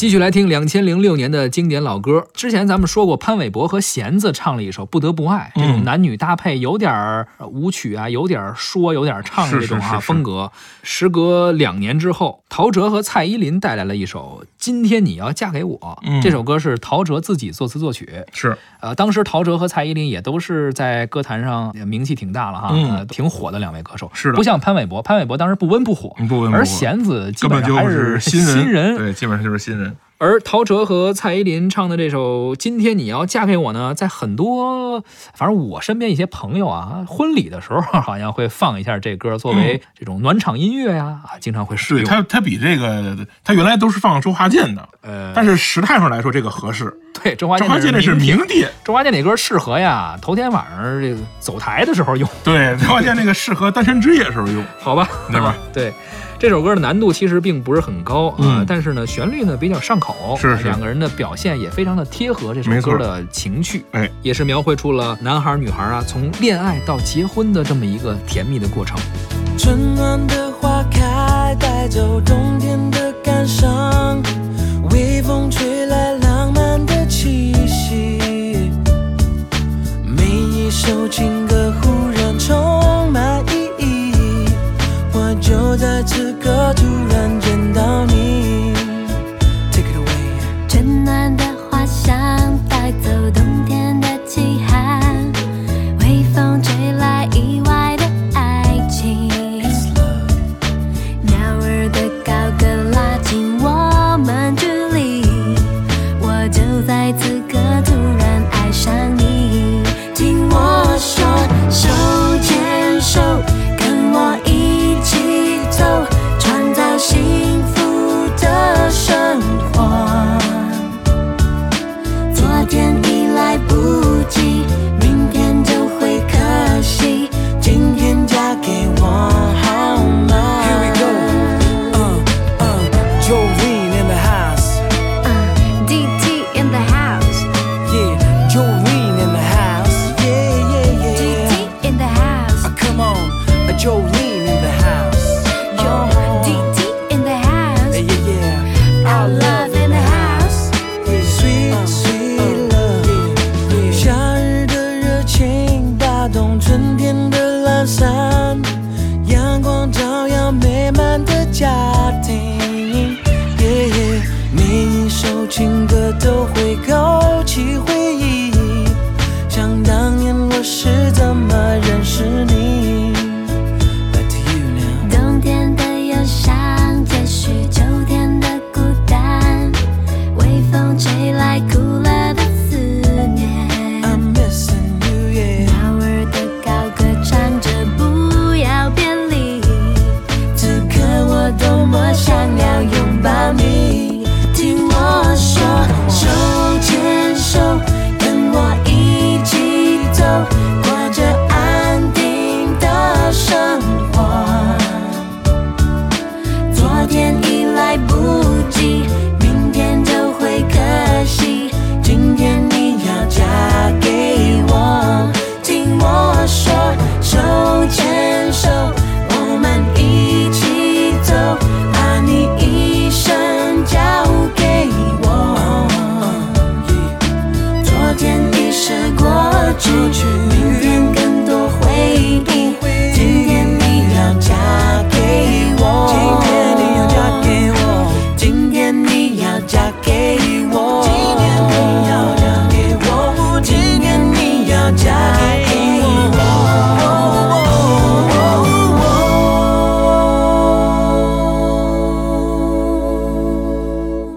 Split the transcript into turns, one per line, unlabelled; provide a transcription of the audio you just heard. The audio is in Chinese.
继续来听两千零六年的经典老歌。之前咱们说过，潘玮柏和弦子唱了一首《不得不爱》，这种
嗯
男女搭配有点儿呃舞曲啊，有点儿说，有点儿唱
是
这种啊
是是是
风格。时隔两年之后，陶喆和蔡依林带来了一首《今天你要嫁给我》。
嗯
这首歌是陶喆自己作词作曲。
是，
呃，当时陶喆和蔡依林也都是在歌坛上呃名气挺大了哈，
嗯
呃挺火的两位歌手。
是的
不像潘玮柏，潘玮柏当时不温不火，
嗯不温不
而
火
弦子基
根
本
本
上
就
还
是
新
人，
人
对，基本上就是新人。
而陶喆和蔡依林唱的这首《今天你要嫁给我》呢，在很多，反正我身边一些朋友啊，婚礼的时候好像会放一下这歌，作为这种暖场音乐呀、啊，经常会使
对
用。
嗯他，他比这个他原来都是放周华健的，
呃，
但是时态上来说，这个合适。
对周华
周华健
健
这是
名，
明帝，
周华健那歌适合呀，头天晚上这个走台的时候用，
对，周华健那个适合单身之夜时候用。
好吧？
对吧
啊 对，这首歌的难度其实并不是很高啊、
嗯
但是呢，旋律呢比较上口，
是是
两个人的表现也非常的贴合这首
没错
歌的情趣，
哎，
也是描绘出了男孩儿女孩儿啊从恋爱到结婚的这么一个甜蜜的过程。
春暖的花开，带走冬天的感伤。微风吹来浪漫的气息，每一首情歌忽然充满意义。我就在此刻突然见到你，Take it away。
春暖的花香带走冬天的凄寒，微风吹来意外的爱情，鸟儿的高歌拉近我们距离，我就在此刻突然爱上你。听我说，手牵手，跟我一起走，创造幸福的生活。昨天已来不及，明天就会可惜。
今天嫁给我好吗？Here we go，嗯嗯，Jolene in the house，yeah，Jolene
啊 DT in the house，DT
in the house，yeah yeah yeah。
in the house，
Ah, Come on，a Jolene in the house，
有 DT in the house，I
yeah yeah。
love in the house。Uh,
Sweet sweet love，夏日的热情打动春天的懒散，阳光照耀美满的家庭。Yeah, yeah，每一首情歌都会勾起回忆，想当年我是怎么认识你。Back to you now。
冬天的忧伤，也许秋天的孤单。微风吹来空